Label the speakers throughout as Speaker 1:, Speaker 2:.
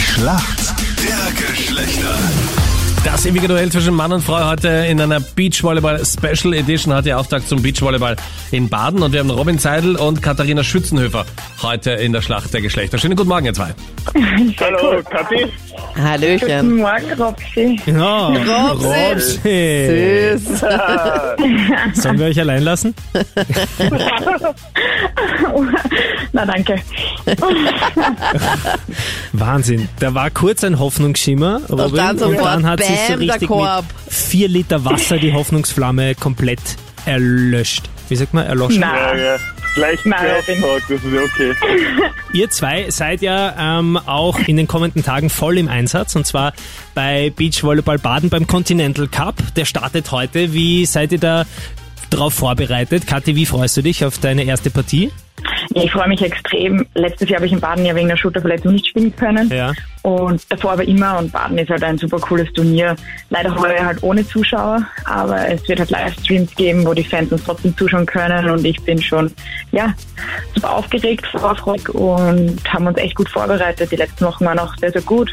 Speaker 1: Schlacht der Geschlechter.
Speaker 2: Das ewige Duell zwischen Mann und Frau heute in einer Beachvolleyball Special Edition hat ihr Auftakt zum Beachvolleyball in Baden und wir haben Robin Seidel und Katharina Schützenhöfer heute in der Schlacht der Geschlechter. Schönen guten Morgen, ihr zwei.
Speaker 3: Hallo, Kathi.
Speaker 4: Hallöchen.
Speaker 3: Guten Hm, Morgen, Robsi.
Speaker 5: Ja,
Speaker 4: Robsi.
Speaker 5: Robsi.
Speaker 4: Tschüss.
Speaker 5: Sollen wir euch allein lassen?
Speaker 3: Na, danke.
Speaker 5: Wahnsinn. Da war kurz ein Hoffnungsschimmer, Robin.
Speaker 4: Und dann sofort,
Speaker 5: hat sich so
Speaker 4: bam, der
Speaker 5: richtig
Speaker 4: Korb.
Speaker 5: mit vier Liter Wasser die Hoffnungsflamme komplett erlöscht. Wie sagt man? Erloschen.
Speaker 3: Nein.
Speaker 6: Ja, ja. Gleich ein
Speaker 3: Nein, Robin.
Speaker 6: Self-Talk, das ist ja okay.
Speaker 5: Ihr zwei seid ja ähm, auch in den kommenden Tagen voll im Einsatz und zwar bei Beachvolleyball Baden beim Continental Cup. Der startet heute. Wie seid ihr da drauf vorbereitet? Kathi, wie freust du dich auf deine erste Partie?
Speaker 3: Ja, Ich freue mich extrem. Letztes Jahr habe ich in Baden ja wegen einer Schulterverletzung nicht spielen können.
Speaker 5: Ja.
Speaker 3: Und davor aber immer. Und Baden ist halt ein super cooles Turnier. Leider heuer halt ohne Zuschauer. Aber es wird halt Livestreams geben, wo die Fans uns trotzdem zuschauen können. Und ich bin schon, ja, super aufgeregt, vorfreudig und haben uns echt gut vorbereitet. Die letzten Wochen waren auch sehr, sehr gut.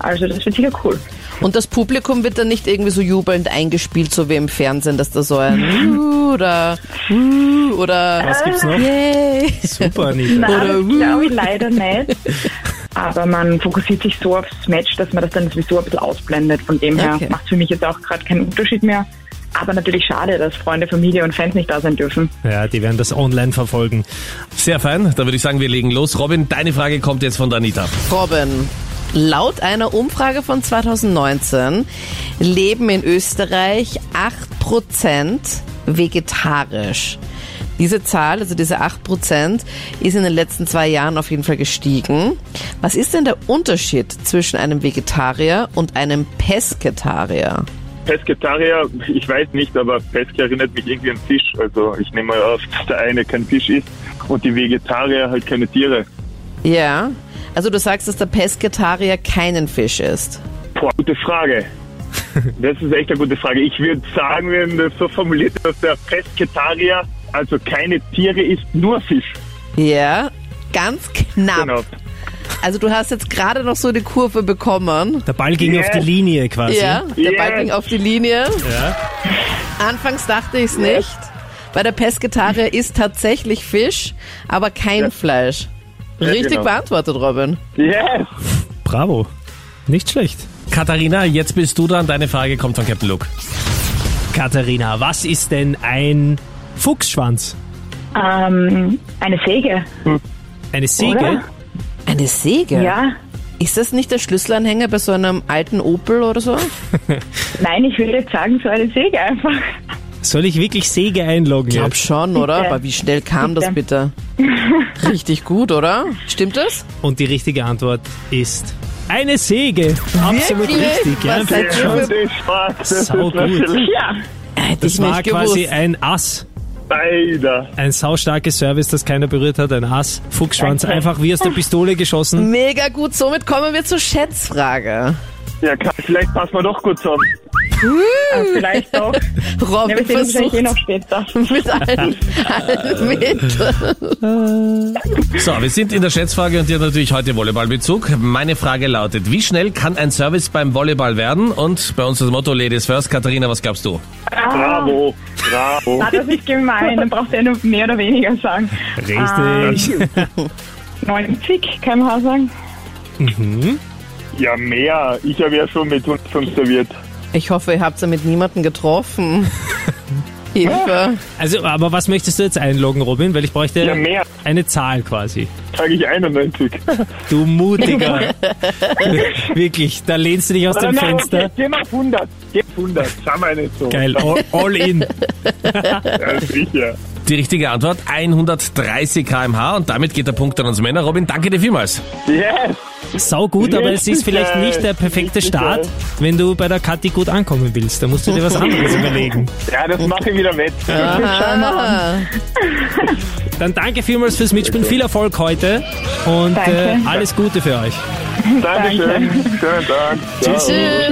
Speaker 3: Also das wird sicher cool.
Speaker 4: Und das Publikum wird dann nicht irgendwie so jubelnd eingespielt, so wie im Fernsehen, dass da so ein Juhu oder Juhu oder
Speaker 5: Was gibt's noch?
Speaker 4: Äh. Yay.
Speaker 5: Super, Anita.
Speaker 3: Nein,
Speaker 4: Oder
Speaker 3: das
Speaker 4: wuh.
Speaker 3: glaube ich leider nicht. Aber man fokussiert sich so aufs Match, dass man das dann sowieso ein bisschen ausblendet. Von dem her
Speaker 4: Okay.
Speaker 3: macht für mich jetzt auch gerade keinen Unterschied mehr. Aber natürlich schade, dass Freunde, Familie und Fans nicht da sein dürfen.
Speaker 5: Ja, die werden das online verfolgen.
Speaker 2: Sehr fein, dann würde ich sagen, wir legen los. Robin, deine Frage kommt jetzt von der Anita.
Speaker 4: Robin. Laut einer Umfrage von 2019 leben in Österreich 8% vegetarisch. Diese Zahl, also diese 8%, ist in den letzten zwei Jahren auf jeden Fall gestiegen. Was ist denn der Unterschied zwischen einem Vegetarier und einem Pesketarier?
Speaker 6: Pesketarier, ich weiß nicht, aber Pesca erinnert mich irgendwie an Fisch. Also ich nehme mal auf, dass der eine kein Fisch isst und die Vegetarier halt keine Tiere.
Speaker 4: Ja, also du sagst, dass der Pesketarier keinen Fisch isst.
Speaker 6: Boah, gute Frage. Das ist echt eine gute Frage. Ich würde sagen, wenn das so formuliert ist, dass der Pesketarier also keine Tiere isst, nur Fisch.
Speaker 4: Ja, ganz knapp.
Speaker 6: Genau.
Speaker 4: Also du hast jetzt gerade noch so die Kurve bekommen.
Speaker 5: Der Ball ging
Speaker 6: Yeah.
Speaker 5: auf die Linie quasi.
Speaker 4: Ja, der Ball
Speaker 6: Yes.
Speaker 4: ging auf die Linie.
Speaker 5: Ja.
Speaker 4: Anfangs dachte ich es nicht. Bei der Pesketarier ist tatsächlich Fisch, aber kein Fleisch. Richtig
Speaker 6: genau.
Speaker 4: beantwortet, Robin.
Speaker 6: Yes!
Speaker 5: Bravo. Nicht schlecht.
Speaker 2: Katharina, jetzt bist du dran. Deine Frage kommt von Captain Luke.
Speaker 5: Katharina, was ist denn ein Fuchsschwanz?
Speaker 3: Ähm, eine Säge,
Speaker 5: Eine Säge?
Speaker 3: Oder?
Speaker 4: Eine Säge?
Speaker 3: ja.
Speaker 4: Ist das nicht der Schlüsselanhänger bei so einem alten Opel oder so?
Speaker 3: Nein, ich würde jetzt sagen, so eine Säge einfach.
Speaker 5: Soll ich wirklich Säge einloggen?
Speaker 4: Ich glaube
Speaker 5: jetzt?
Speaker 4: schon, oder?
Speaker 3: Bitte.
Speaker 4: Aber wie schnell kam das bitte? Richtig gut, oder? Stimmt das?
Speaker 5: Und die richtige Antwort ist eine Säge. Absolut
Speaker 4: Wirklich?
Speaker 5: richtig. Ja,
Speaker 4: Was seid ihr
Speaker 5: schon.
Speaker 4: für-
Speaker 6: Das ist Spaß. Das
Speaker 5: Sau
Speaker 6: ist
Speaker 5: gut.
Speaker 6: natürlich
Speaker 3: Ja,
Speaker 4: Hätte ich
Speaker 5: Das war
Speaker 4: nicht
Speaker 5: quasi
Speaker 4: gewusst.
Speaker 5: ein Ass.
Speaker 6: leider.
Speaker 5: Ein saustarkes Service, das keiner berührt hat. Ein Ass. Fuchsschwanz.
Speaker 3: Danke.
Speaker 5: Einfach wie aus der Pistole geschossen.
Speaker 4: Mega gut, somit kommen wir zur Schätzfrage.
Speaker 6: Ja, kann, vielleicht passen wir doch gut zusammen.
Speaker 3: vielleicht doch. Ja,
Speaker 4: Robin
Speaker 3: wir sehen uns vielleicht eh noch
Speaker 4: versucht
Speaker 3: später.
Speaker 4: mit allen, allen Mitteln.
Speaker 2: So, wir sind in der Schätzfrage und ihr habt natürlich heute Volleyballbezug. Meine Frage lautet, wie schnell kann ein Service beim Volleyball werden? Und bei uns das Motto Ladies First. Katharina, was glaubst du?
Speaker 6: Bravo, bravo.
Speaker 3: Na, das ist gemein, dann braucht er nur mehr oder weniger sagen.
Speaker 5: Richtig.
Speaker 3: 90 kmh sagen.
Speaker 6: Ja, mehr. Ich habe ja schon mit 105 serviert.
Speaker 4: Ich hoffe, ihr habt damit niemanden getroffen. Hilfe.
Speaker 5: Also, aber was möchtest du jetzt einloggen, Robin? Weil ich bräuchte
Speaker 6: Ja, mehr.
Speaker 5: eine Zahl quasi.
Speaker 6: Sage ich 91.
Speaker 5: Du Mutiger. Wirklich, da lehnst du dich aus dem Fenster.
Speaker 6: Geh mal auf 100. Geh auf 100. Schau mal nicht so.
Speaker 5: Geil, Oh. all, all in.
Speaker 6: Ja, sicher.
Speaker 2: Die richtige Antwort 130 km/h und damit geht der Punkt an uns Männer. Robin, danke dir vielmals.
Speaker 6: Yes.
Speaker 5: Sau gut, aber es ist vielleicht nicht der perfekte Start, wenn du bei der Kathi gut ankommen willst. Da musst du dir was anderes überlegen.
Speaker 6: Ja, das mache ich wieder wett. Ah.
Speaker 5: Dann danke vielmals fürs Mitspielen. Viel Erfolg heute und äh,
Speaker 3: Danke.
Speaker 5: alles Gute für euch.
Speaker 6: Dankeschön. Schönen Tag. Ciao.
Speaker 4: Tschüss.